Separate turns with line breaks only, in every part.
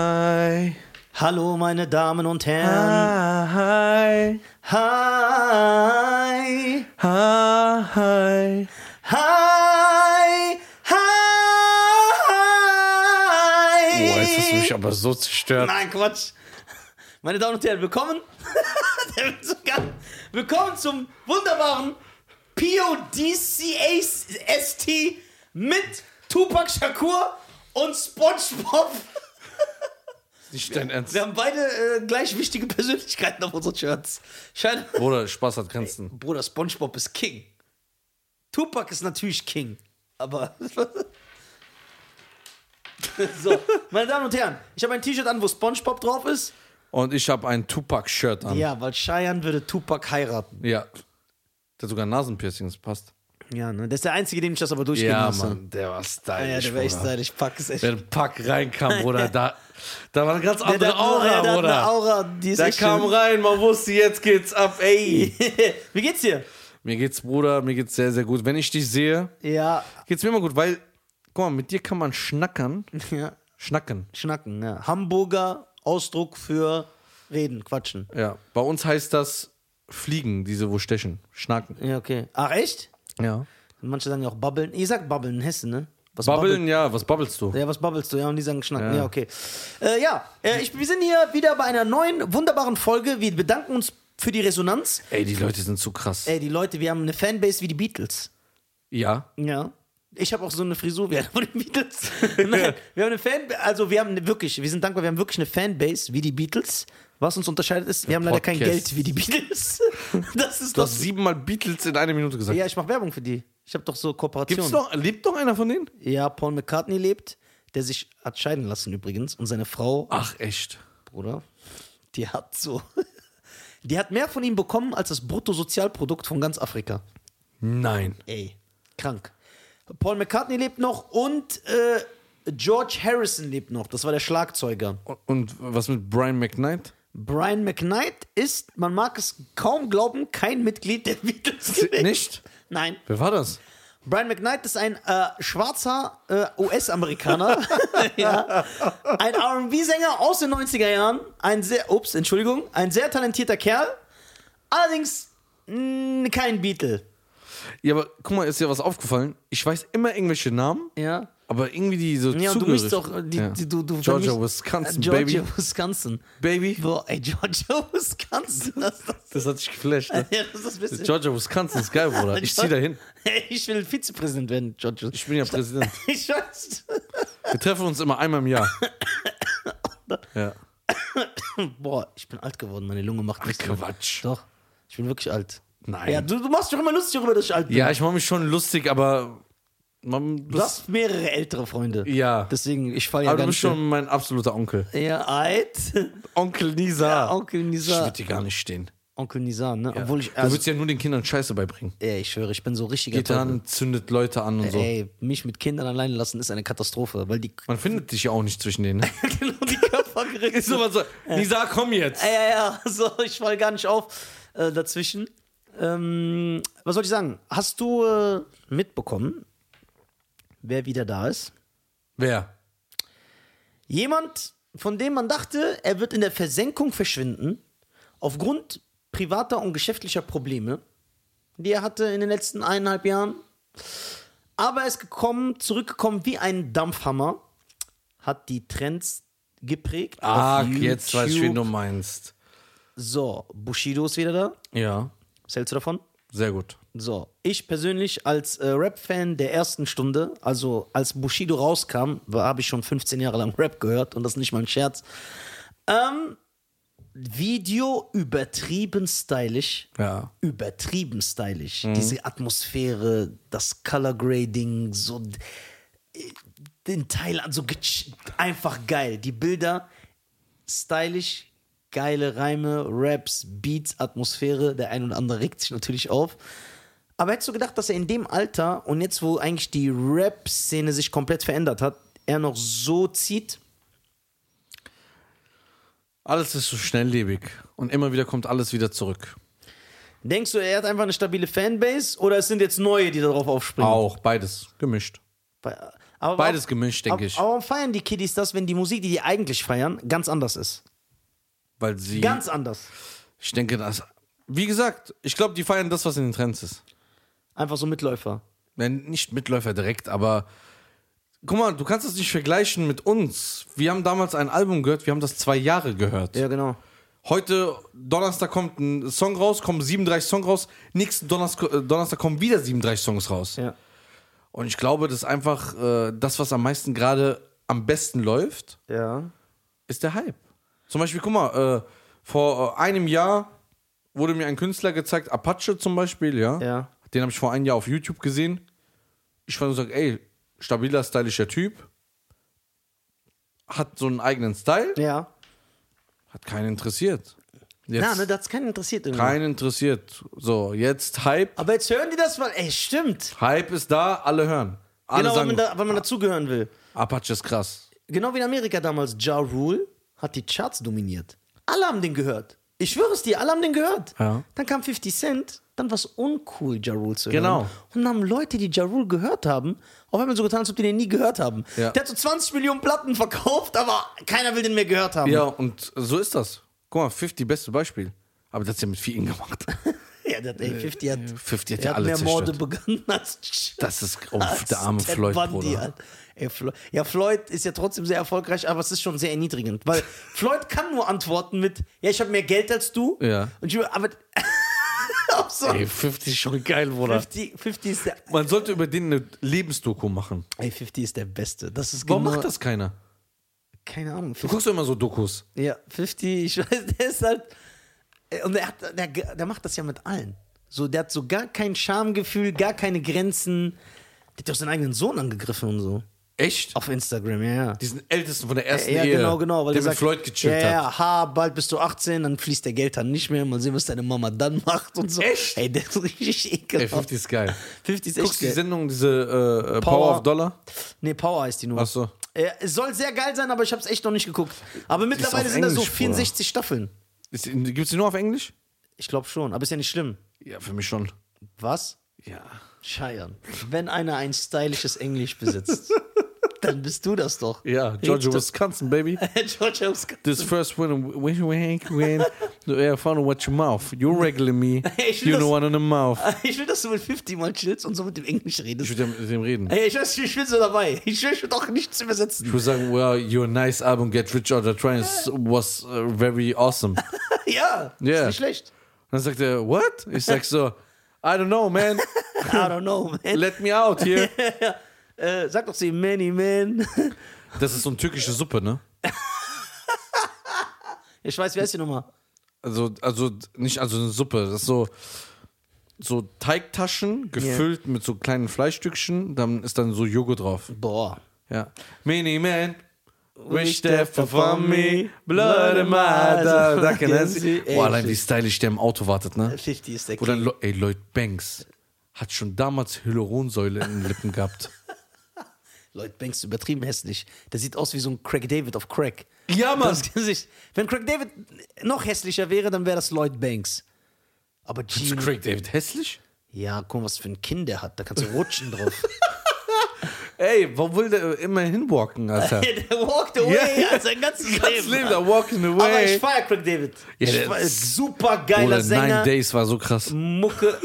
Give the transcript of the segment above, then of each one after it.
Hi.
Hallo, meine Damen und Herren.
Hi.
Hi.
Hi.
Hi. Hi.
Boah, Oh, jetzt hast du mich aber so zerstört.
Nein, Quatsch. Meine Damen und Herren, willkommen. Der wird sogar- willkommen zum wunderbaren PODCAST mit Tupac Shakur und SpongeBob.
Nicht dein Ernst.
Wir haben beide äh, gleich wichtige Persönlichkeiten auf unseren Shirts. Schein
Bruder, Spaß hat Grenzen.
Bruder, SpongeBob ist King. Tupac ist natürlich King, aber. so, meine Damen und Herren, ich habe ein T-Shirt an, wo SpongeBob drauf ist.
Und ich habe ein Tupac-Shirt an. Ja.
Ja, weil Cheyenne würde Tupac heiraten.
Der hat sogar Nasenpiercings, passt.
Ja, ne? Das ist der Einzige, dem ich das aber durchgehen
Ja,
lasse.
Mann, der war
Ja, ja,
stylisch,
der wäre echt
Bruder.
sein. Ich pack es echt.
Wenn Pack reinkam, Bruder, da, da war eine ganz
Der
andere
hat eine- ja,
Aura,
der hat eine
Bruder.
Aura, die ist
Da
echt
kam
schön.
rein, man wusste, jetzt geht's ab, ey.
Wie geht's dir?
Mir geht's, Bruder, mir geht's sehr, sehr gut. Wenn ich dich sehe,
Ja,
geht's mir immer gut, weil, guck mal, mit dir kann man schnackern.
ja.
Schnacken.
Schnacken, ja. Hamburger Ausdruck für reden, quatschen.
Ja. Bei uns heißt das Fliegen, diese wo stechen. Schnacken.
Ja, okay. Ach, echt?
Ja.
Manche sagen ja auch babbeln. Ihr sagt babbeln in Hessen, ne? Was
Babbeln, ja, was babbelst du?
babbelt- Ja, was babbelst du? Ja, und die sagen schnacken.
Ja.
Ja, okay. Äh, ja, äh, ich, wir sind hier wieder bei einer neuen, wunderbaren Folge. Wir bedanken uns für die Resonanz.
Ey, die Leute sind zu krass.
Ey, die Leute, wir haben eine Fanbase wie die Beatles.
Ja.
Ja. Ich habe auch so eine Frisur wie einer von den Beatles. Nein, wir haben eine Fanbase, also wir haben eine, wirklich, wir sind dankbar, wir haben wirklich eine Fanbase wie die Beatles. Was uns unterscheidet ist, wir haben leider kein
Podcast.
Geld wie die Beatles. Das ist
Du
doch.
hast siebenmal Beatles in einer Minute gesagt.
Ja, ich mache Werbung für die. Ich habe doch so Kooperationen.
Gibt's noch, lebt noch einer von denen?
Ja, Paul McCartney lebt, der sich hat scheiden lassen übrigens. Und seine Frau,
Ach, echt.
Bruder, die hat so. Die hat mehr von ihm bekommen als das Bruttosozialprodukt von ganz Afrika.
Nein.
Ey, krank. Paul McCartney lebt noch und äh, George Harrison lebt noch. Das war der Schlagzeuger.
Und, und was mit Brian McKnight?
Brian McKnight ist, man mag es kaum glauben, kein Mitglied der Beatles gewesen.
Nicht?
Nein.
Wer war das?
Brian McKnight ist ein äh, schwarzer äh, US-Amerikaner. ja. Ein RB-Sänger aus den 90er Jahren. Ein sehr, ups, Entschuldigung, ein sehr talentierter Kerl. Allerdings mh, kein Beatle.
Ja, aber guck mal, ist dir was aufgefallen? Ich weiß immer irgendwelche Namen,
Ja.
aber irgendwie die so
Ja, und du
Zugehörig-
mischst doch äh, die,
Ja.
die, du, du
Georgia,
vermischt-
Wisconsin,
äh, Georgia,
Baby.
Wisconsin.
Baby.
Boah, ey, Georgia, Wisconsin. Das, das,
Das hat dich geflasht, ne?
ja, das ist das bisschen.
Georgia, Wisconsin ist geil, Bruder. Ich zieh dahin.
Ich will Vizepräsident werden, Georgia.
Ich bin ja Präsident.
Ich weiß.
Wir treffen uns immer einmal im Jahr. Ja.
Boah, ich bin alt geworden, meine Lunge macht nichts mehr.
Quatsch.
Doch, ich bin wirklich alt.
Nein.
Ja, du, du machst dich doch immer lustig darüber, dass ich alt bin.
Ja, ich mache mich schon lustig, aber man,
du hast mehrere ältere Freunde.
ja.
Deswegen, ich falle ja
aber du
gar
bist
nicht.
schon mein absoluter Onkel.
Ja, alt.
Onkel Nisa.
Onkel
ich würde
Nisa.
dir gar nicht stehen.
Onkel Nisa, ne? Obwohl ich.
du
Also,
willst Ah. ja nur den Kindern Scheiße beibringen.
ey, ich schwöre, ich bin so richtiger
Geht dann, zündet Leute an und so.
Ey, mich mit Kindern allein lassen ist eine Katastrophe, weil die.
Man findet dich ja auch nicht zwischen denen. Ne?
genau, die Körper gerichtet.
Ist so was so. Nisa, komm jetzt.
Ja, ja, ja, so, ich falle gar nicht auf äh, dazwischen. Ähm, was soll ich sagen? Hast du äh, mitbekommen, wer wieder da ist?
Wer?
Jemand, von dem man dachte, er wird in der Versenkung verschwinden, aufgrund privater und geschäftlicher Probleme, die er hatte in den letzten eineinhalb Jahren. Aber er ist gekommen, zurückgekommen wie ein Dampfhammer, hat die Trends geprägt. auf
Ah, jetzt weiß ich, wen du
YouTube.
meinst.
So, Bushido ist wieder da.
Ja,
Was hältst du davon?
sehr gut.
So, ich persönlich als äh, Rap-Fan der ersten Stunde, also als Bushido rauskam, habe ich schon 15 Jahre lang Rap gehört und das ist nicht mal ein Scherz. Ähm, Video übertrieben stylisch.
Ja. Mhm.
Übertrieben stylisch. Diese Atmosphäre, das Color Grading, so d- äh, den Teil, also gesch- einfach geil. Die Bilder, stylisch, geile Reime, Raps, Beats, Atmosphäre. Der ein oder andere regt sich natürlich auf. Aber hättest du gedacht, dass er in dem Alter und jetzt, wo eigentlich die Rap-Szene sich komplett verändert hat, er noch so zieht?
Alles ist so schnelllebig und immer wieder kommt alles wieder zurück.
Denkst du, er hat
Genau.
einfach eine stabile Fanbase oder es sind jetzt neue, die darauf aufspringen?
Auch beides gemischt.
Bei- Aber
Beides gemischt, denke
aber,
ich.
Aber warum feiern die Kiddies das, wenn die Musik, die die eigentlich feiern, ganz anders ist?
Weil sie.
Ganz anders.
ich denke, das. Wie gesagt, ich glaube, die feiern das, was in den Trends ist.
Einfach so Mitläufer.
Nein, nicht Mitläufer direkt, aber guck mal, du kannst das nicht vergleichen mit uns. Wir haben damals ein Album gehört, wir haben das zwei Jahre gehört.
Ja, genau.
Heute, Donnerstag kommt ein Song raus, kommen 37 Songs raus, nächsten Donnerstag, äh, Donnerstag kommen wieder 37 Songs raus.
Ja.
Und ich glaube, das ist einfach äh, das, was am meisten gerade am besten läuft,
Ja.
ist der Hype. Zum Beispiel, guck mal, äh, vor äh, einem Jahr wurde mir ein Künstler gezeigt, Apache zum Beispiel, ja.
Ja.
Den habe ich vor einem Jahr auf YouTube gesehen. Ich fand und sage, ey, stabiler, stylischer Typ. Hat so einen eigenen Style.
Ja.
Hat keinen interessiert. Jetzt
Na, ne, das kann interessiert irgendwie.
keinen interessiert. So, jetzt Hype.
Aber jetzt hören die das, weil, ey, stimmt.
Hype ist da, alle hören. Alle
Genau, weil
sagen,
man, da, weil man dazugehören will.
Apache ist krass.
Genau wie in Amerika damals, Ja Rule hat die Charts dominiert. Alle haben den gehört. Ich schwöre es dir, alle haben den gehört.
Ja.
Dann kam 50 Cent, dann war es uncool, Ja Rule zu hören.
Genau.
Und dann haben Leute, die Ja Rule gehört haben, auf einmal so getan, als ob die den nie gehört haben.
Ja.
Der hat so 20 Millionen Platten verkauft, aber keiner will den mehr gehört haben.
Ja, und so ist das. Guck mal, 50 beste Beispiel. Aber das hat ja mit vielen gemacht.
Ja, der, ey, 50 hat,
50 hat
der
ja
hat
alle
mehr
zerstört.
Morde begangen als
Das ist oh,
als
der arme
Ted
Floyd,
Bundy,
Bruder.
Alter. Ey, Flo ja, Floyd ist ja trotzdem sehr erfolgreich, aber es ist schon sehr erniedrigend, weil Floyd kann nur antworten mit, ja, ich habe mehr Geld als du.
Ja.
Und ich, aber auf so
Ey, 50 ist schon geil, Bruder.
50, 50 ist der,
Man sollte über den eine Lebensdoku machen.
ey, 50 ist der Beste. Das ist
Warum
genau,
macht das keiner?
Keine Ahnung.
Du
50,
guckst doch immer so Dokus.
ja, 50, ich weiß, der ist halt, ey, und der, hat, der, der macht das ja mit allen. So, der hat so gar kein Schamgefühl, gar keine Grenzen. Der hat doch seinen eigenen Sohn angegriffen und so.
Echt?
Auf Instagram, ja, ja.
Diesen Ältesten von der ersten
Ja,
Ehe,
genau, genau. Weil
der mit
er sagt,
Floyd gechillt
ja,
hat.
Ja, ha, bald bist du 18, dann fließt der Geld dann nicht mehr. Mal sehen, was deine Mama dann macht und so.
Echt?
Ey, das ist richtig
Ey,
ekelhaft.
50 ist geil.
50 ist echt
Guckst du die
geil.
Sendung, diese äh, äh, Power.
Power.
of Dollar?
Nee, Power heißt die nur.
Achso.
Äh, es soll sehr geil sein, aber ich hab's echt noch nicht geguckt. Aber mittlerweile
auf
sind da so
Englisch, Bruder.
64 Staffeln.
Gibt es die nur auf Englisch?
Ich glaube schon, aber ist ja nicht schlimm.
Ja, für mich schon.
Was?
Ja.
Scheiern. Wenn einer ein stylisches Englisch besitzt, dann bist du das doch.
Ja, Georgia, Wisconsin, baby.
George Oscar.
This first one, wink, wink, wink. Yeah, found what your mouth. You regular me.
Ich will
You
das-
know one in the mouth.
Ich will, dass du mit 50 mal chillst und so mit dem Englisch redest.
Ich würde mit dem reden.
Ey, ich, weiß, ich bin so dabei. Ich will doch nichts übersetzen.
Ich würde sagen, well, your nice album Get Rich or Die Trying is- was uh, very awesome. Und
ja,
Ja.
ist nicht schlecht.
dann sagt er, what? Ich sag so, I don't know, man.
I don't know, man.
Let me out here.
Äh, sag doch zu ihm, Many Man.
Das ist so eine türkische Suppe, ne?
Ich weiß, wer ist die Nummer?
Also, also nicht also eine Suppe, das ist so so Teigtaschen gefüllt mit so kleinen Fleischstückchen, dann ist dann so Joghurt drauf.
Boah.
Ja. Mini man Wish death upon me, blood in my eyes, da can I see. Boah, allein wie stylisch der im Auto wartet, ne?
50 ist der
Oder
King.
Lo ey, Lloyd Banks hat schon damals Hyaluronsäule in den Lippen gehabt.
Lloyd Banks ist übertrieben hässlich. Der sieht aus wie so ein Craig David auf Crack.
Ja, Mann.
Das Gesicht. Wenn Craig David noch hässlicher wäre, dann wäre das Lloyd Banks. Aber
Ist
Gene.
Craig David hässlich?
Ja, guck mal, was für ein Kind der hat. Da kannst du rutschen drauf.
Ey, warum will der immer hinwalken, Alter?
der walked away ja. sein ganzes
Ganz
Leben.
Leben, da walking
Aber ich
away.
feier Craig David.
Ja,
ich
der
feier,
ist-
super
Oder
geiler
Nine
Sänger.
Days war so krass.
Mucke.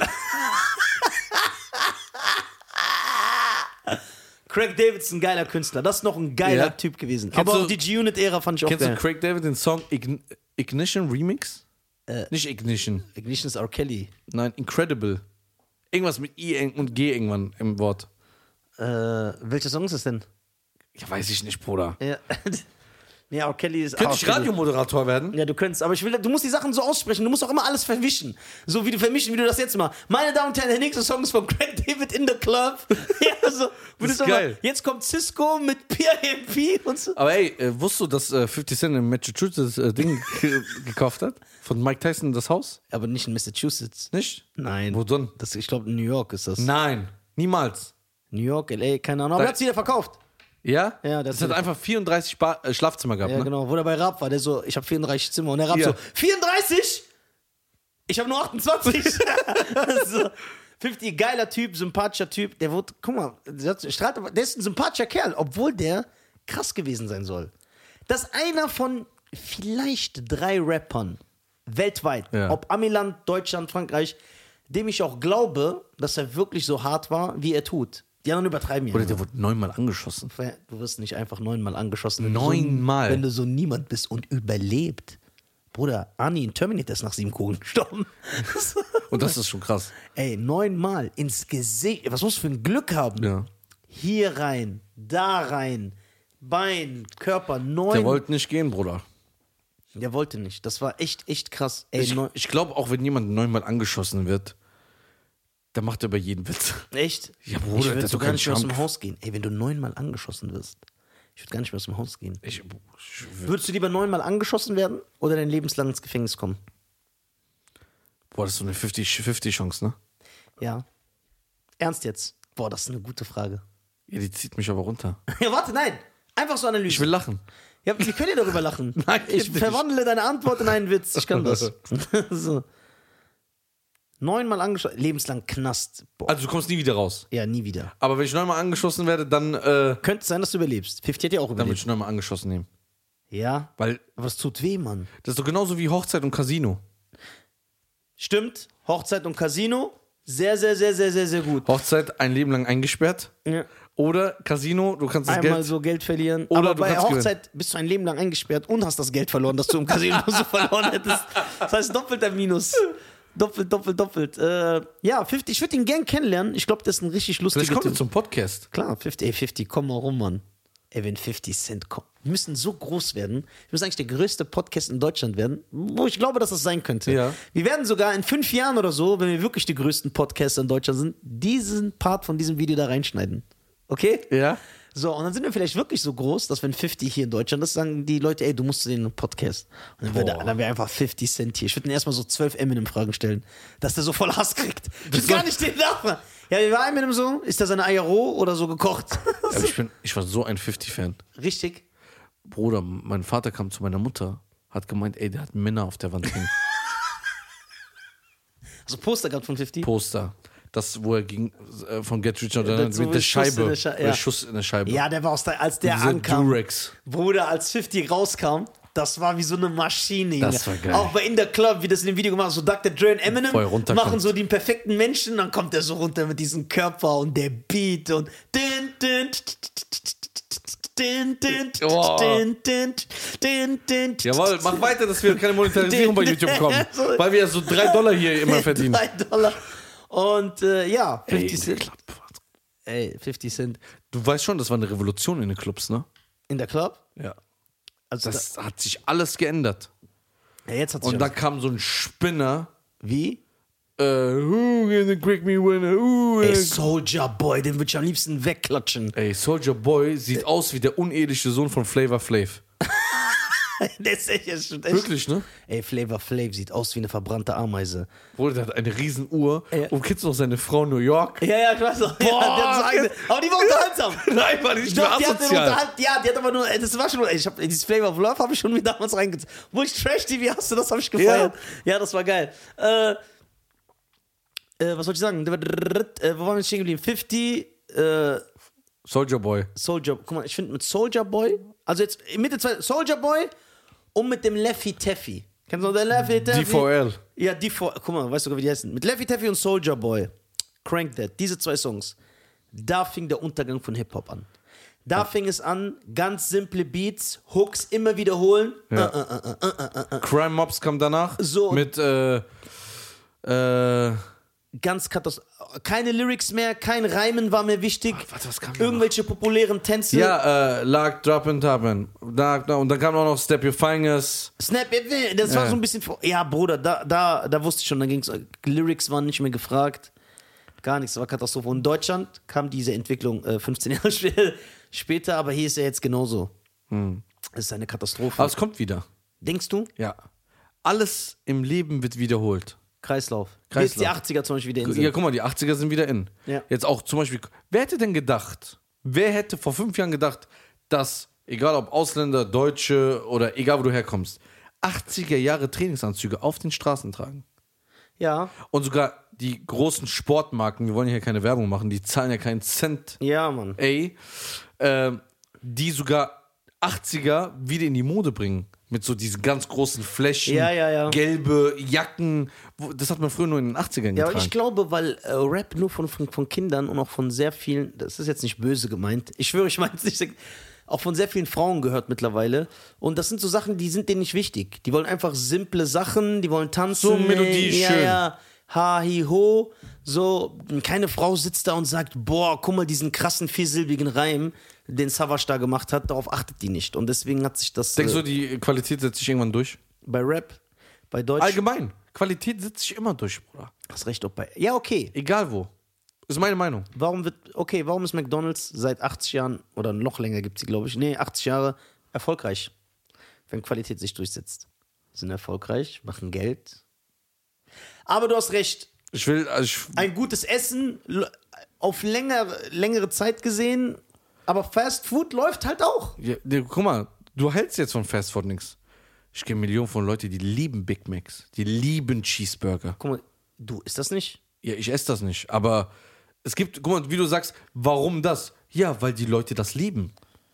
Craig David ist ein geiler Künstler. Das ist noch ein geiler
Ja.
Typ gewesen.
Kennst
Aber
du-
auch die G-Unit-Ära fand ich auch
Kennst du
geil.
Craig David den Song Ign Ignition Remix? Nicht Ignition.
Ignition ist R. Kelly.
Nein, Incredible. Irgendwas mit I eng- und G irgendwann im Wort.
Äh, welcher Song ist das denn?
Ja, weiß ich nicht, Bruder.
Ja. nee, R. Kelly ist
Könnte
R.
ich
Kelly.
Radiomoderator werden?
Ja, du könntest, aber ich will, du musst die Sachen so aussprechen, du musst auch immer alles verwischen. So wie du vermischen, wie du das jetzt mal. Meine Damen und Herren, der nächste Song ist von Craig David in the Club. ja, so, das
ist geil.
jetzt kommt Cisco mit PIMP und so.
Aber ey, äh, wusstest du, dass äh, 50 Cent in Massachusetts äh, Ding ge- gekauft hat? Von Mike Tyson das Haus?
Aber nicht in Massachusetts.
Nicht?
Nein.
Wo denn?
Das, ich glaube, New York ist das.
Nein, niemals.
New York, LA, keine Ahnung. Aber
Da-
der hat wieder verkauft.
Ja?
Ja, das
das hat
ist-
einfach 34 ba äh, Schlafzimmer gehabt,
Ja,
ne?
genau. Wo der bei Raab war, der so, ich habe 34 Zimmer. Und der Raab
Ja.
so, 34? Ich habe nur 28. so. 50, geiler Typ, sympathischer Typ. Der wurde, guck mal, der, hat- strahlt, aber- der ist ein sympathischer Kerl, obwohl der krass gewesen sein soll. Dass einer von vielleicht drei Rappern weltweit,
Ja.
ob Amiland, Deutschland, Frankreich, dem ich auch glaube, dass er wirklich so hart war, wie er tut. Die anderen übertreiben ja.
Oder der wurde neunmal angeschossen.
Ver- Du wirst nicht einfach neunmal angeschossen. wenn du
Neunmal?
So, wenn du so niemand bist und überlebt. Bruder, Arnie in Terminator ist nach sieben Kugeln gestorben.
Und das ist schon krass.
Ey, neunmal ins Gesicht. Was musst du für ein Glück haben?
Ja.
Hier rein, da rein, Bein, Körper, neun.
Der wollte nicht gehen, Bruder.
Der wollte nicht. Das war echt, echt krass. Ey,
Ich,
neun,
ich glaube, auch wenn jemand neunmal angeschossen wird, dann macht er über jeden Witz.
echt?
Ja, Bruder,
ich
der
würde
hat
so
doch
gar
keinen
nicht mehr aus
Charme.
dem Haus gehen. Ey, wenn du neunmal angeschossen wirst, ich würde gar nicht mehr aus dem Haus gehen.
Ich,
Würdest du lieber neunmal angeschossen werden oder dein Lebenslang ins Gefängnis kommen?
boah, das ist so eine 50-50-Chance, ne?
Ja. Ernst jetzt? Boah, das ist eine gute Frage.
Ja, die zieht mich aber runter.
Ja, warte, nein. Einfach so Analyse.
Ich will lachen.
ja, wir können ja darüber lachen.
Nein,
ich
nicht.
verwandle deine Antwort in einen Witz. Ich kann das. so. Neunmal angeschossen. Lebenslang Knast. Boah.
Also du kommst nie wieder raus.
Ja, nie wieder.
Aber wenn ich neunmal angeschossen werde, dann, äh,
Könnte sein, dass du überlebst. 50 hätte ja auch
dann würde
überlebt.
ich neunmal angeschossen nehmen.
Ja.
Weil
Aber es tut weh, Mann.
das ist doch genauso wie Hochzeit und Casino.
Stimmt. Hochzeit und Casino. Sehr, sehr, sehr, sehr, sehr, sehr gut.
Hochzeit ein Leben lang eingesperrt.
Ja.
Oder Casino, du kannst das
Einmal
Geld.
so Geld verlieren.
Oder
Aber
du
bei
kannst
Hochzeit bist du ein Leben lang eingesperrt und hast das Geld verloren, das du im Casino so verloren hättest. Das heißt, doppelter Minus. Doppelt, doppelt, doppelt. Äh, ja, 50, ich würde ihn gern kennenlernen. Ich glaube, das ist ein richtig
Vielleicht
lustiger
kommt er
Typ.
zum Podcast.
Klar, 50, ey, 50, komm mal rum, Mann. Ey, wenn 50 Cent kommt. Wir müssen so groß werden. Wir müssen eigentlich der größte Podcast in Deutschland werden, wo ich glaube, dass das sein könnte.
Ja.
Wir werden sogar in fünf Jahren oder so, wenn wir wirklich die größten Podcaster in Deutschland sind, diesen Part von diesem Video da reinschneiden. Okay?
Ja.
So, und dann sind wir vielleicht wirklich so groß, dass wenn 50 hier in Deutschland ist, sagen die Leute, ey, du musst zu denen in den Podcast. Und dann, würde,
Boah.
dann wäre einfach 50 Cent hier. Ich würde denen erstmal so 12 Eminem-Fragen stellen, dass der so voll Hass kriegt. Ich würde gar nicht den Namen. Ja, wie war Eminem so? Ist da seine Eier roh oder so gekocht?
Aber Also ich, bin, ich war so ein 50-Fan.
Richtig.
Bruder, mein Vater kam zu meiner Mutter, hat gemeint, ey, der hat Männer auf der Wand hängen.
Also Poster gehabt von 50.
Poster. Das, wo er ging, äh, von Get Rich or Die
Das
Not
so
mit der
Schuss in
Scheibe. Der,
der Sche- ja.
Schuss in der Scheibe.
ja, der war aus der, als der
Diese
ankam.
Durex.
Bruder, als 50 rauskam, das war wie so eine Maschine.
Das
Junge.
war geil.
Auch bei In der Club, wie das in dem Video gemacht ist, so Dr. Dre und Eminem
Wo er runterkommt.
machen so den perfekten Menschen, dann kommt er so runter mit diesem Körper und der Beat und din, din, din, din,
Oh.
din, din, din, din,
Jawohl, mach weiter, dass wir keine Monetarisierung bei YouTube bekommen.
So.
Weil wir ja so 3 Dollar hier immer verdienen.
Drei Dollar. Und äh, ja, 50
Ey,
Cent.
Club.
Ey, 50 Cent.
Du weißt schon, das war eine Revolution in den Clubs, ne?
In der Club?
Ja.
Also
Das hat sich alles geändert.
da, ja, jetzt hat sich
Und
alles-
dann kam so ein Spinner.
Wie?
Äh, who gonna crack me when I, who
Ey,
gonna
Soldier Boy, den würde ich am liebsten wegklatschen.
Ey, Soldier Boy sieht aus wie der uneheliche Sohn von Flavor Flav.
Der ist echt, echt, echt.
Wirklich, ne?
Ey, Flavor Flav sieht aus wie eine verbrannte Ameise.
Bruder, der hat eine riesen Uhr.
Ja.
Und kennst du noch seine Frau New York?
Ja, ja, ich weiß noch. Boah, ja, der hat so eigene, aber die war unterhaltsam.
Nein, war nicht mehr
Doch, die hat den
asozial.
unterhalt, ja, die hat aber nur, ey, das war schon, ey, ich hab, ey, dieses Flavor of Love habe ich schon wie damals reingezogen. Wo ich Trash TV hast du, das habe ich gefeiert. Ja. das war geil. Äh, äh, was wollte ich sagen? Äh, wo waren wir stehen geblieben? 50, äh,
Soldier Boy.
Soldier, guck mal, ich finde mit Soldier Boy, also jetzt Mitte zwei, Soldier Boy und mit dem Leffy Teffy. Kennst du noch den Leffy Teffy?
DVL.
Ja, DVL, guck mal, weißt du sogar, wie die heißen. Mit Leffy Teffy und Soldier Boy, Crank That, diese zwei Songs, da fing der Untergang von Hip-Hop an. Da fing es an, ganz simple Beats, Hooks immer wiederholen. Äh, äh,
Crime Mobs kam danach.
So.
Mit, äh, äh,
ganz katastrophal. Keine Lyrics mehr, kein Reimen war mir wichtig.
warte, was kam da
Irgendwelche populären Tänze.
ja, äh, Lark, Drop and Tappen. Lark, und dann kam auch noch Step Your Fingers.
Snap, it, it, das war
Ja.
so ein bisschen. vor- Ja, Bruder, da, da, da wusste ich schon, da ging's. äh, Lyrics waren nicht mehr gefragt. Gar nichts, das war Katastrophe. Und in Deutschland kam diese Entwicklung äh, 15 Jahre sp- später, aber hier ist er jetzt genauso. Das ist eine Katastrophe.
Aber es kommt wieder.
Denkst du?
Ja. Alles im Leben wird wiederholt.
Kreislauf. Hier ist
Kreislauf.
die 80er zum Beispiel wieder in
Ja,
sind.
guck mal, die 80er sind wieder in.
Ja.
Jetzt auch zum Beispiel, wer hätte denn gedacht, wer hätte vor fünf Jahren gedacht, dass, egal ob Ausländer, Deutsche oder egal wo du herkommst, 80er Jahre Trainingsanzüge auf den Straßen tragen?
Ja.
Und sogar die großen Sportmarken, wir wollen hier keine Werbung machen, die zahlen ja keinen Cent,
Ja, Mann.
ey, ähm, die sogar 80er wieder in die Mode bringen. Mit so diesen ganz großen Flächen,
Ja, ja, ja.
gelbe Jacken. Wo- Das hat man früher nur in den 80ern
Ja, aber
getragen.
ich glaube, weil äh, Rap nur von, von, von Kindern und auch von sehr vielen, das ist jetzt nicht böse gemeint, ich schwöre, ich meine es nicht, auch von sehr vielen Frauen gehört mittlerweile. Und das sind so Sachen, die sind denen nicht wichtig. Die wollen einfach simple Sachen, die wollen tanzen.
So Melodie,
ey, ja,
schön.
Ja, ha, hi, ho. So, keine Frau sitzt da und sagt, boah, guck mal diesen krassen viersilbigen Reim, den Savage da gemacht hat, darauf achtet die nicht. Und deswegen hat sich das
Denkst
äh,
du, die Qualität setzt sich irgendwann durch?
bei Rap, bei Deutsch,
Allgemein. Qualität setzt sich immer durch, Bruder.
hast recht, auch bei, ja, okay.
Egal wo. Ist meine Meinung.
Warum wird, okay, warum ist McDonalds seit 80 Jahren oder noch länger gibt sie, glaube ich, nee, 80 Jahre erfolgreich, wenn Qualität sich durchsetzt? Sind erfolgreich, machen Geld. Aber du hast recht,
Ich will, also ich,
ein gutes Essen l- auf länger, längere Zeit gesehen, aber Fast Food läuft halt auch.
ja, nee, guck mal, du hältst jetzt von Fast Food nichts. Ich kenne Millionen von Leuten, die lieben Big Macs, die lieben Cheeseburger.
Guck mal, du, ist das nicht?
Ja, ich esse das nicht, aber es gibt, guck mal, wie du sagst, warum das? Ja, weil die Leute das lieben.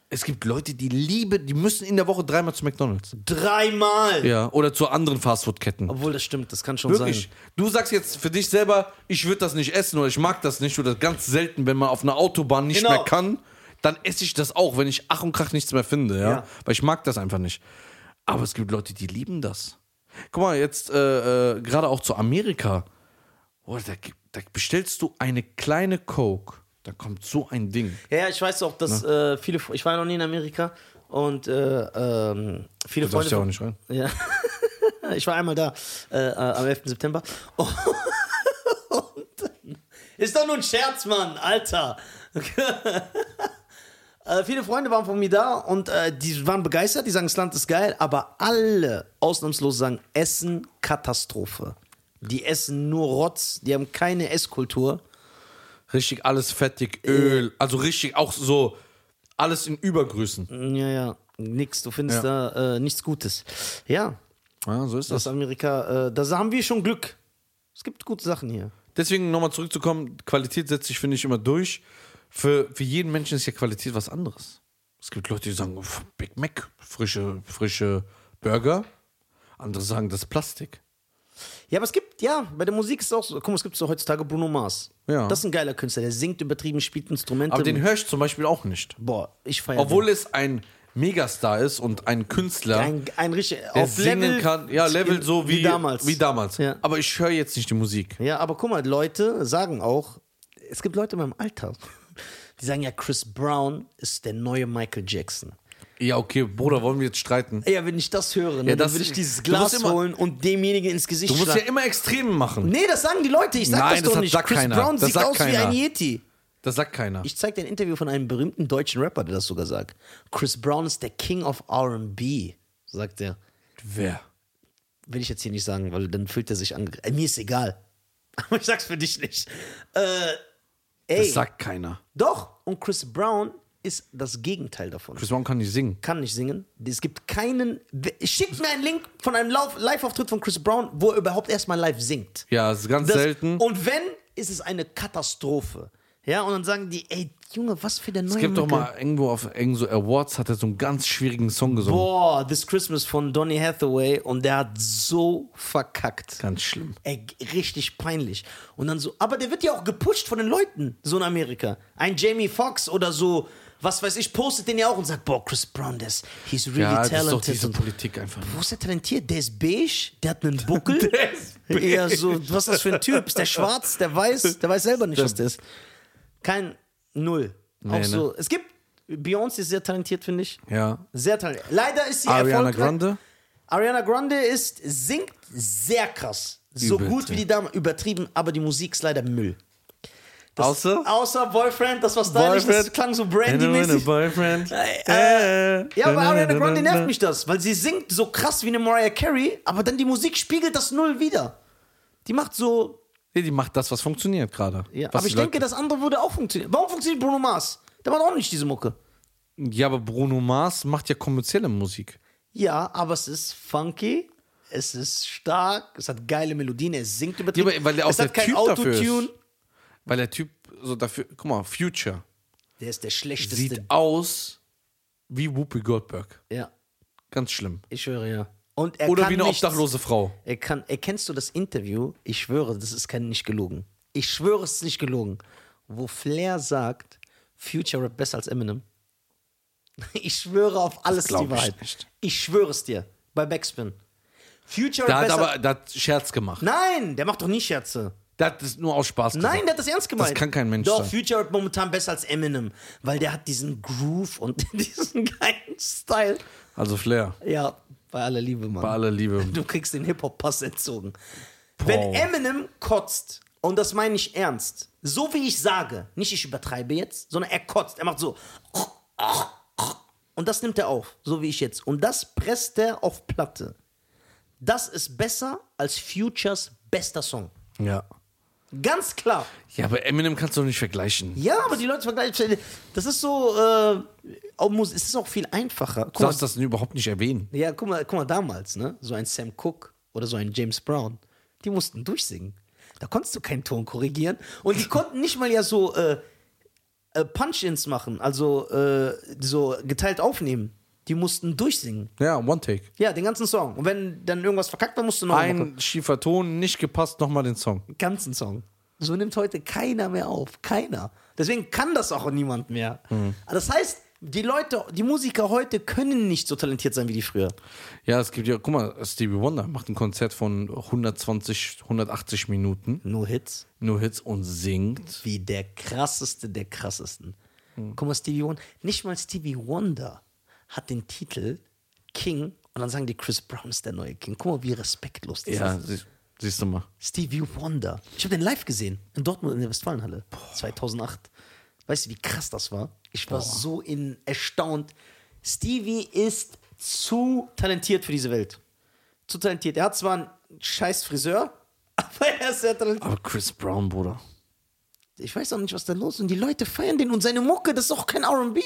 Es gibt Leute, die lieben, die müssen in der Woche dreimal zu McDonalds.
Dreimal!
Ja, oder zu anderen Fastfood-Ketten.
Obwohl, das stimmt, das kann schon
Wirklich.
sein.
Du sagst jetzt für dich selber, ich würde das nicht essen oder ich mag das nicht oder ganz selten, wenn man auf einer Autobahn nicht
Genau.
mehr kann, dann esse ich das auch, wenn ich Ach und Krach nichts mehr finde, ja?
Ja.
Weil ich mag das einfach nicht. Aber es gibt Leute, die lieben das. Guck mal, jetzt äh, äh, gerade auch zu Amerika. Oh, da, gibt- da bestellst du eine kleine Coke, da kommt so ein Ding.
Ja, ja, ich weiß auch, dass äh, viele, ich war noch nie in Amerika und äh, ähm, viele
Du
Freunde.
darfst ja auch
von-
nicht rein.
Ja. Ich war einmal da, äh, äh, am 11. September. Und ist doch nur ein Scherz, Mann, Alter. äh, viele Freunde waren von mir da und äh, die waren begeistert, die sagen, das Land ist geil, aber alle ausnahmslos sagen, Essen Katastrophe. Die essen nur Rotz, die haben keine Esskultur.
Richtig alles fettig, Öl, also richtig auch so alles in Übergrüßen.
Ja, ja, nix, du findest da äh, nichts Gutes. Ja,
Ja, so ist
das Amerika, äh, da haben wir schon Glück. Es gibt gute Sachen hier.
Deswegen nochmal zurückzukommen, Qualität setzt sich, finde ich, immer durch. Für, für jeden Menschen ist ja Qualität was anderes. Es gibt Leute, die sagen, "Pff, Big Mac, frische, frische Burger. Andere sagen, das ist Plastik.
Ja, aber es gibt, ja, bei der Musik ist es auch so. Guck mal, es gibt so heutzutage Bruno Mars.
Ja.
Das ist ein geiler Künstler, der singt übertrieben, spielt Instrumente.
Aber den höre ich zum Beispiel auch nicht.
Boah, ich feiere
Obwohl es ein Megastar ist und ein Künstler,
Ein, ein richtig,
der
auf
singen
Level,
kann. Ja, Level so wie,
damals.
Wie damals.
Ja.
Aber ich höre jetzt nicht die Musik.
ja, aber guck mal, Leute sagen auch, es gibt Leute in meinem Alter, die sagen ja, Chris Brown ist der neue Michael Jackson.
Ja, okay, Bruder, wollen wir jetzt streiten?
Ja, wenn ich das höre, ne,
Ja, das-
dann will ich dieses
du musst
Glas
immer-
holen und demjenigen ins Gesicht
Du musst
schlagen.
ja immer Extreme machen.
nee, das sagen die Leute, ich sag
Nein,
das
das
doch
hat-
nicht.
sagt
Chris
keiner.
Brown
Das
sieht
sagt
aus wie
keiner.
ein Yeti.
Das sagt keiner.
Ich zeig dir ein Interview von einem berühmten deutschen Rapper, der das sogar sagt. Chris Brown ist der King of RB, sagt er.
Wer?
Will ich jetzt hier nicht sagen, weil dann fühlt er sich angegriffen. Äh, Mir ist egal. Aber ich sag's für dich nicht. Äh, ey,
Das sagt keiner.
doch. Und Chris Brown ist das Gegenteil davon.
Chris Brown kann nicht singen.
Kann nicht singen. Es gibt keinen. Schickt mir einen Link von einem Lauf- Live-Auftritt von Chris Brown, wo er überhaupt erstmal live singt.
Ja, das ist ganz
Das-
selten.
Und wenn, ist es eine Katastrophe. Ja, und dann sagen die, ey, Junge, was für der neue
Es gibt doch
Michael-
mal irgendwo auf irgend so Awards hat er so einen ganz schwierigen Song gesungen.
Boah, This Christmas von Donny Hathaway und der hat so verkackt.
Ganz schlimm.
Ey, richtig peinlich. Und dann so, aber der wird ja auch gepusht von den Leuten, so in Amerika. Ein Jamie Foxx oder so, was weiß ich, postet den ja auch und sagt, boah, Chris Brown, der ist, he's really
Ja, das ist doch
talented.
diese
Und,
Politik einfach.
wo ist der talentiert? Der ist beige, der hat einen Buckel. der ist beige. Ja, so, was ist das für ein Typ? Ist der schwarz, der weiß, der weiß selber nicht, was der ist. Kein Null. auch
ne?
so, es gibt, Beyoncé ist sehr talentiert, finde ich.
Ja.
Sehr talentiert. Leider ist sie
Ariana
erfolgreich.
Grande?
Ariana Grande ist, singt sehr krass. So
Übertrieben.
gut wie die Dame, übertrieben, aber die Musik ist leider Müll. Das-
Außer?
Außer Boyfriend, das war stylisch, das
Boyfriend.
klang so
Anyway,
brandy-mäßig.
boyfriend.
Äh, ja, aber Ariana Grande nervt mich das, weil sie singt so krass wie eine Mariah Carey, aber dann die Musik spiegelt das null wieder. Die macht so.
Nee, die macht das, was funktioniert gerade.
Ja,
Was
aber ich
die Leute-
denke, das andere würde auch funktionieren. Warum funktioniert Bruno Mars? Der macht auch nicht diese Mucke.
Ja, aber Bruno Mars macht ja kommerzielle Musik.
Ja, aber es ist funky. es ist stark, es hat geile Melodien, es singt übertrieben.
Ja, aber weil der auch
es hat
der
kein
Typ dafür ist.
Autotune.
Weil der Typ so dafür, guck mal, Future
Der ist der schlechteste.
sieht aus wie Whoopi Goldberg.
ja,
Ganz schlimm.
ich höre ja. Und er
Oder
kann
wie eine
nichts.
obdachlose Frau.
Er kann, erkennst du das Interview? Ich schwöre, das ist kein nicht gelogen. Ich schwöre, es ist nicht gelogen. Wo Flair sagt, Future Rap besser als Eminem. Ich schwöre auf alles
glaub
die
ich
Wahrheit.
nicht.
Ich schwöre es dir. Bei Backspin. Future
Da
Rap
hat
besser.
aber, da hat Scherz gemacht.
Nein, der macht doch nie Scherze.
Da hat es nur aus Spaß
Nein,
gesagt.
der hat das ernst gemeint.
Das kann kein Mensch
Doch,
sein.
Future Rap momentan besser als Eminem, weil der hat diesen Groove und diesen geilen Style.
Also Flair,
Ja, bei aller Liebe, Mann.
bei aller Liebe.
Du kriegst den Hip-Hop-Pass entzogen. Wenn Eminem kotzt, und das meine ich ernst, so wie ich sage, nicht ich übertreibe jetzt, sondern er kotzt, er macht so. Und das nimmt er auf, so wie ich jetzt. Und das presst er auf Platte. Das ist besser als Futures bester Song.
Ja.
Ganz klar.
Ja, aber Eminem kannst du nicht vergleichen.
Ja, aber die Leute vergleichen. Das ist so. Äh, auch muss- es ist auch viel einfacher. Guck
Du
mal,
darfst das überhaupt nicht erwähnen.
Ja, guck mal, guck mal damals, ne? So ein Sam Cooke oder so ein James Brown, die mussten durchsingen. Da konntest du keinen Ton korrigieren und die konnten nicht mal ja so äh, äh, Punch-ins machen, also äh, so geteilt aufnehmen. Die mussten durchsingen.
Ja, One Take.
Ja, den ganzen Song. Und wenn dann irgendwas verkackt war, musst du noch
Ein schiefer Ton, nicht gepasst, nochmal den Song.
den ganzen Song. So nimmt heute keiner mehr auf. Keiner. Deswegen kann das auch niemand mehr. Aber Das heißt, die Leute, die Musiker heute können nicht so talentiert sein wie die früher.
Ja, es gibt ja, guck mal, Stevie Wonder macht ein Konzert von 120, 180 Minuten,
Nur Hits.
nur Hits und singt.
wie der krasseste der krassesten. Guck mal, Stevie Wonder. Nicht mal Stevie Wonder hat den Titel King und dann sagen die, Chris Brown ist der neue King. Guck mal, wie respektlos das
Ja,
ist.
sie, siehst du mal.
Stevie Wonder. Ich habe den live gesehen in Dortmund in der Westfalenhalle 2008. Weißt du, wie krass das war? Ich war so in erstaunt. Stevie ist zu talentiert für diese Welt. Zu talentiert. Er hat zwar einen scheiß Friseur, aber er ist sehr talentiert.
Aber Chris Brown, Bruder.
Ich weiß auch nicht, was da los ist. Und die Leute feiern den und seine Mucke, das ist auch kein RB.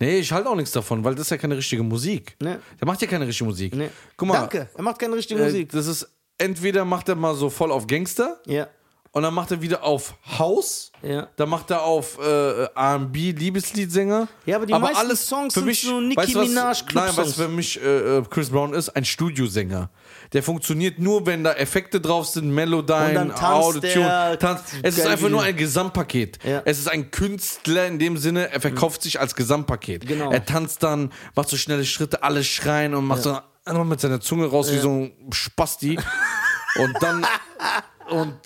Nee, ich halte auch nichts davon, weil das ist ja keine richtige Musik.
Nee.
Der macht ja keine richtige Musik. Guck mal,
Danke, er macht keine richtige
Äh,
Musik.
das ist entweder macht er mal so voll auf Gangster
Ja.
und dann macht er wieder auf House,
Ja.
dann macht er auf äh, R&B Liebesliedsänger.
Ja, aber die meisten Songs
für
sind
mich,
so Nicki
weißt du was-
Minaj,
Nein, was
Club-Songs.
für mich äh, äh, Chris Brown ist, ein Studiosänger. Der funktioniert nur, wenn da Effekte drauf sind, Melodyne,
dann tanzt der,
Tanz. Es ist
geil
einfach nur
wie-
ein Gesamtpaket.
Ja.
Es ist ein Künstler in dem Sinne, er verkauft sich als Gesamtpaket.
Genau.
Er tanzt dann, macht so schnelle Schritte, alle schreien und macht so einmal mit seiner Zunge raus wie so ein Spasti. und dann. Und.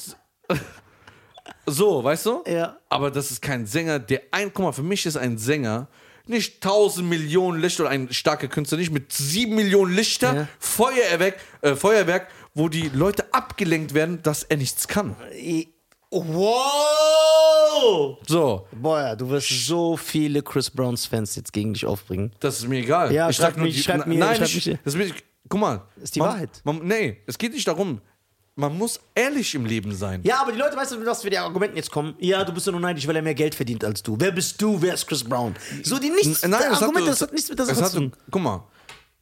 So, weißt du?
Ja.
Aber das ist kein Sänger, der ein. Guck mal, für mich ist ein Sänger nicht 1000 Millionen Lichter oder ein starker Künstler nicht mit 7 Millionen Lichter,
Ja.
Feuerwerk, äh, Feuerwerk, wo die Leute abgelenkt werden, dass er nichts kann.
I- Äh, oh, Wow!
So,
Boah, ja, du wirst so viele Chris Browns Fans jetzt gegen dich aufbringen.
das ist mir egal.
Ja,
sag
schreib mich, schreib mir,
Nein,
schreib
ich,
mich.
das ist mir, guck mal.
Ist die
man,
Wahrheit.
Man, nee, es geht nicht darum. Man muss ehrlich im Leben sein.
Ja, aber die Leute, weißt du, was für die Argumenten jetzt kommen? Ja, du bist ja nur neidisch, weil er mehr Geld verdient als du. Wer bist du? Wer ist Chris Brown? So die nichts.
N- Nein, es hat,
Argumente, das hat nichts mit der
es
Sache
hat-
zu tun.
Guck mal,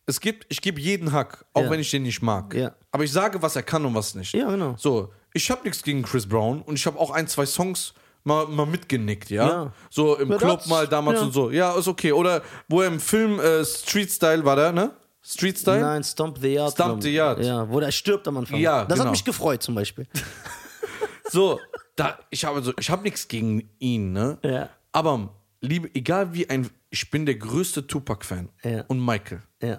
es gibt, ich gebe jeden Hack, auch
Ja.
wenn ich den nicht mag.
Ja.
Aber ich sage, was er kann und was nicht.
Ja, genau.
So, ich habe nichts gegen Chris Brown und ich habe auch ein, zwei Songs mal, mal mitgenickt, ja?
Ja.
So im
Ja,
Club
das-
mal damals
ja.
und so. Ja, ist okay. Oder wo er im Film äh, Street Style war da, ne? Street Style?
Nein, Stomp the Yard.
Stomp
glaub
the
ich.
Yard.
Ja, wo der stirbt am Anfang.
Ja,
das
genau.
hat mich gefreut zum Beispiel.
So, da, ich habe so, ich habe nichts gegen ihn, ne?
Ja.
Aber liebe, egal wie ein, ich bin der größte Tupac-Fan
Ja.
und Michael.
ja,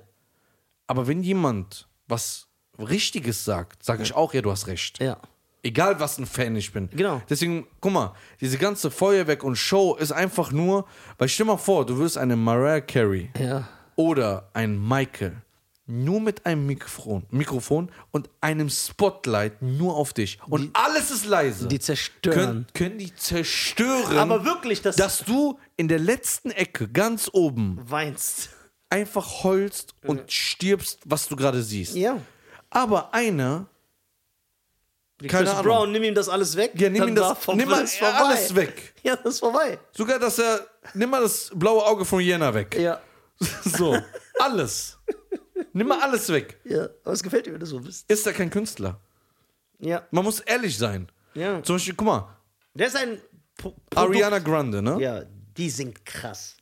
Aber wenn jemand was Richtiges sagt, sage ich auch, ja, du hast recht.
ja.
Egal, was ein Fan ich bin.
Genau.
Deswegen, guck mal, diese ganze Feuerwerk und Show ist einfach nur, weil stell mal vor, du wirst eine Mariah Carey
Ja.
oder ein Michael nur mit einem Mikrofon, Mikrofon und einem Spotlight nur auf dich. Und alles ist leise.
Die zerstören.
Können, können die zerstören,
Aber wirklich, das,
dass du in der letzten Ecke ganz oben
weinst.
einfach heulst und stirbst, was du gerade siehst.
Ja.
Aber einer, keine
Chris
Ahnung,
Brown, nimm ihm das alles weg.
Ja, nimm
dann
ihm das-
war vom
nimm mal
Riss vorbei.
alles weg.
Ja, das ist vorbei.
sogar, dass er, nimm mal das blaue Auge von Jena weg.
Ja.
So, alles. Nimm mal alles weg.
Ja, aber es gefällt mir, wenn du so bist.
Ist er kein Künstler?
Ja.
Man muss ehrlich sein.
Ja.
Zum Beispiel, guck mal,
Der ist ein Pro Produkt.
Ariana Grande, ne?
Ja, die singt krass.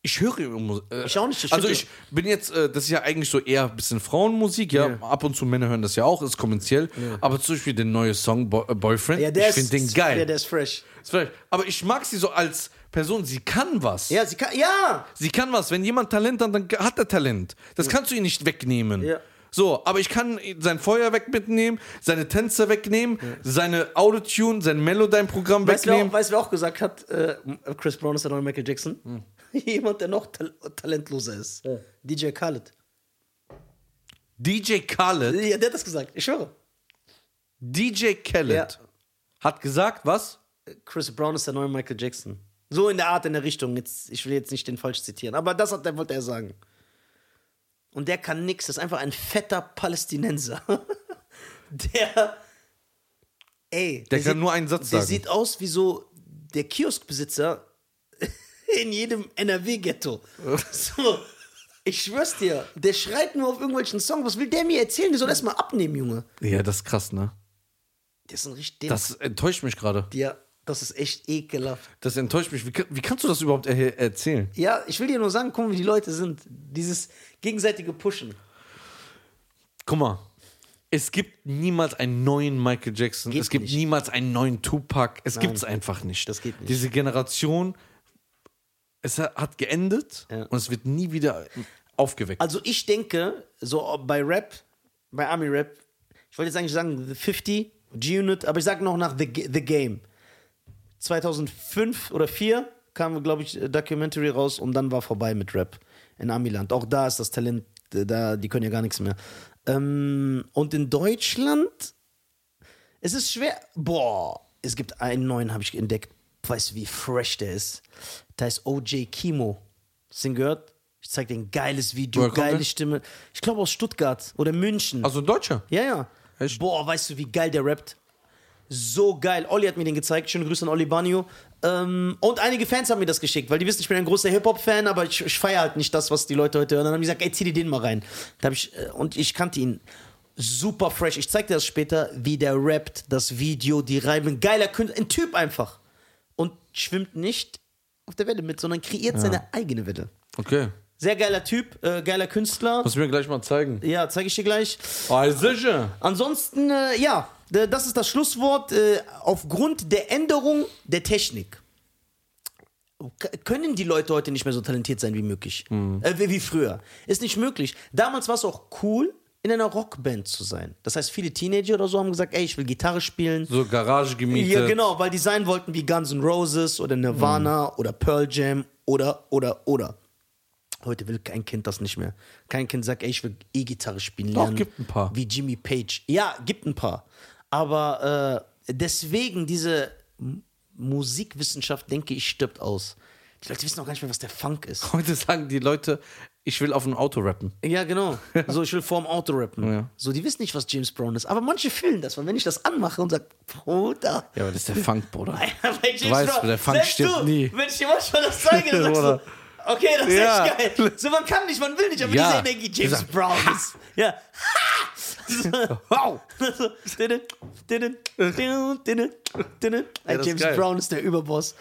Ich höre ihre Musik. Äh,
Ich auch nicht, ich
also
höre-
ich bin jetzt, äh, das ist ja eigentlich so eher ein bisschen Frauenmusik, ja.
Ja.
Ab und zu Männer hören das ja auch, ist kommerziell. Aber zum Beispiel den neuen Song Bo äh, Boyfriend,
Ja, der
ich
ist
finde den geil.
Ja, der ist fresh.
Ist vielleicht- Aber ich mag sie so als Person, sie kann was.
Ja, sie kann. Ja!
Sie kann was. Wenn jemand Talent hat, dann hat er Talent. Das kannst du ihm nicht wegnehmen.
Ja.
So, aber ich kann sein Feuerwerk mitnehmen, seine Tänze wegnehmen, seine Autotune, sein Melodyne-Programm
Weißt du, wer
wegnehmen.
auch, weißt, du, wer auch gesagt hat, äh, Chris Brown ist der neue Michael Jackson?
Hm.
Jemand, der noch tal talentloser ist. DJ Khaled.
DJ Khaled,
Ja, der hat das gesagt, ich schwöre.
DJ Khaled hat gesagt, was?
Chris Brown ist der neue Michael Jackson. So in der Art, in der Richtung. Jetzt, ich will jetzt nicht den falsch zitieren, aber das hat, der wollte er sagen. Und der kann nix, das ist einfach ein fetter Palästinenser. der. Ey.
Der kann nur einen Satz
der
sagen.
sieht aus wie so der Kioskbesitzer in jedem NRW-Ghetto. So. Ich schwör's dir, der schreit nur auf irgendwelchen Songs. Was will der mir erzählen? Der soll erstmal abnehmen, Junge.
Ja, das ist krass, ne?
Der ist ein richtig.
Das enttäuscht mich gerade.
ja, das ist echt ekelhaft.
Das enttäuscht mich. Wie, kann- wie kannst du das überhaupt er erzählen?
Ja, ich will dir nur sagen, guck mal, wie die Leute sind. Dieses gegenseitige Pushen.
Guck mal, es gibt niemals einen neuen Michael Jackson,
Geht
es gibt
nicht.
niemals einen neuen Tupac, es gibt es einfach nicht.
Das geht nicht.
Diese Generation, es ha- hat geendet
Ja.
und es wird nie wieder aufgeweckt.
Also ich denke, so bei Rap, bei Army Rap, ich wollte jetzt eigentlich sagen The 50, G-Unit, aber ich sage noch nach The, G- The Game. 2005 oder 4 kam, glaube ich, äh, Documentary raus und dann war vorbei mit Rap in Amiland. Auch da ist das Talent, äh, da, die können ja gar nichts mehr. Ähm, und in Deutschland Es ist schwer. Boah, es gibt einen neuen, habe ich entdeckt. Weißt du, wie fresh der ist? Da ist OJ Kimo. Hast du den gehört? Ich zeig dir ein geiles Video,
Woher kommt
geile
der?
Stimme. Ich glaube aus Stuttgart oder München.
Also ein Deutscher.
ja, ja.
Echt?
Boah, weißt du, wie geil der rappt? So geil. Olli hat mir den gezeigt. Schöne Grüße an Olli Banio. Ähm, und einige Fans haben mir das geschickt, weil die wissen, ich bin ein großer Hip-Hop-Fan, aber ich, ich feiere halt nicht das, was die Leute heute hören. Dann haben die gesagt, ey, zieh dir den mal rein. Da hab ich, äh, und ich kannte ihn. Super fresh. Ich zeig dir das später, wie der rappt, das Video, die Reiben. Geiler Künstler, ein Typ einfach. Und schwimmt nicht auf der Welle mit, sondern kreiert seine eigene Welle.
Okay.
Sehr geiler Typ, äh, geiler Künstler.
Muss mir gleich mal zeigen.
Ja, zeige ich dir gleich.
Ah, sicher.
Ansonsten, äh, ja, d- das ist das Schlusswort. Äh, aufgrund der Änderung der Technik k- können die Leute heute nicht mehr so talentiert sein wie möglich. Äh, wie, wie früher. Ist nicht möglich. Damals war es auch cool, in einer Rockband zu sein. Das heißt, viele Teenager oder so haben gesagt, ey, ich will Gitarre spielen.
So Garage gemietet.
Ja, genau, weil die sein wollten wie Guns N' Roses oder
Hm.
Nirvana oder Pearl Jam oder, oder, oder. Heute will kein Kind das nicht mehr. Kein Kind sagt, ey, ich will E-Gitarre spielen
Doch,
lernen.
gibt ein paar.
Wie Jimmy Page. Ja, gibt ein paar. Aber äh, deswegen, diese M- Musikwissenschaft, denke ich, stirbt aus. Die Leute wissen auch gar nicht mehr, was der Funk ist.
Heute sagen die Leute, ich will auf ein Auto rappen.
Ja, genau. So, ich will vorm Auto rappen.
Ja.
So, die wissen nicht, was James Brown ist. Aber manche fühlen das. Und wenn ich das anmache und sage, Bruder,
Ja, aber das ist der Funk, Bruder.
bei James
weißt,
Brown.
der Funk
Selbst
stirbt
du,
nie.
Wenn ich dir manchmal das zeige, dann sagst
Oder?
du, okay, das ist
Ja.
echt geil. So, man kann nicht, man will nicht, aber
Ja.
diese Energie, James
Dieser-
Brown ist, ja. Ha!
Wow.
So, didin, didin, didin, didin, didin.
das ist
James
geil.
Brown ist der Überboss.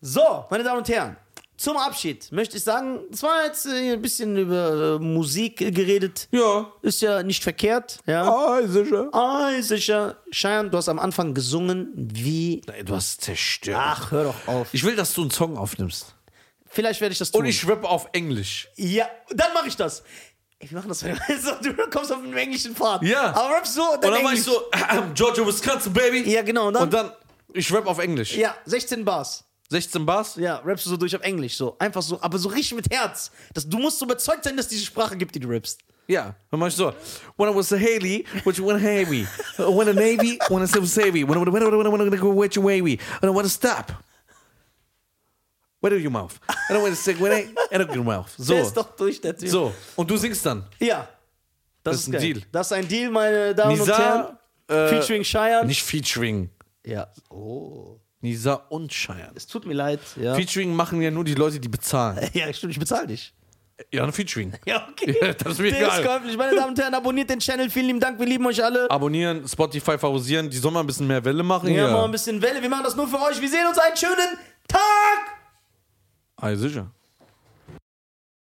So, meine Damen und Herren, zum Abschied möchte ich sagen, es war jetzt äh, ein bisschen über äh, Musik äh, geredet.
Ja.
Ist ja nicht verkehrt, ja.
Ah, sicher.
Ah, sicher. Cheyenne, du hast am Anfang gesungen wie
Du hast zerstört.
Ach, hör doch auf.
Ich will, dass du einen Song aufnimmst.
Vielleicht werde ich das tun.
Und ich rappe auf Englisch.
ja, dann mache ich das. Ey, wir machen das. So, du kommst auf einen englischen Pfad.
Ja.
Aber rap so, dann,
Und dann war
Englisch.
ich so, Georgia, Wisconsin, baby.
Ja, genau. Dann,
Und dann, ich rap auf Englisch.
ja, 16 Bars.
16 Bars?
Ja, rappst du so durch auf Englisch. So, einfach so, aber so richtig mit Herz. Das, du musst so überzeugt sein, dass es diese Sprache gibt, die du rappst.
Ja. Dann mach ich so, when I was a Haley, what you wanna Navy? When a Navy, when I was Savy. When I when I when I when I go wet your wavy. I don't wanna stop. Where do your mouth? I don't wanna say, when I, I don't get your mouth.
Der
So.
ist doch durch, der Typ.
So. Und du singst dann.
Ja. Das,
Das
ist
ist ein
geil.
Deal.
Das ist ein Deal, meine Damen
Nizar,
und Herren.
äh,
Featuring Cheyenne.
Nicht featuring.
Ja. Oh.
Nisa und Cheyenne.
Es tut mir leid. Ja. Äh.
Featuring machen ja nur die Leute, die bezahlen.
Ja, stimmt, ich bezahle dich.
Ja, featuring.
Ja, okay.
Ja, das ist mir
Der
egal.
ist käuflich. Meine Damen und Herren, abonniert den Channel. Vielen lieben Dank. Wir lieben euch alle.
Abonnieren, Spotify favorisieren, die sollen mal ein bisschen mehr Welle machen.
Wir
Ja,
haben mal
ja.
ein bisschen Welle. Wir machen das nur für euch. Wir sehen uns einen schönen Tag.
Ah, sicher.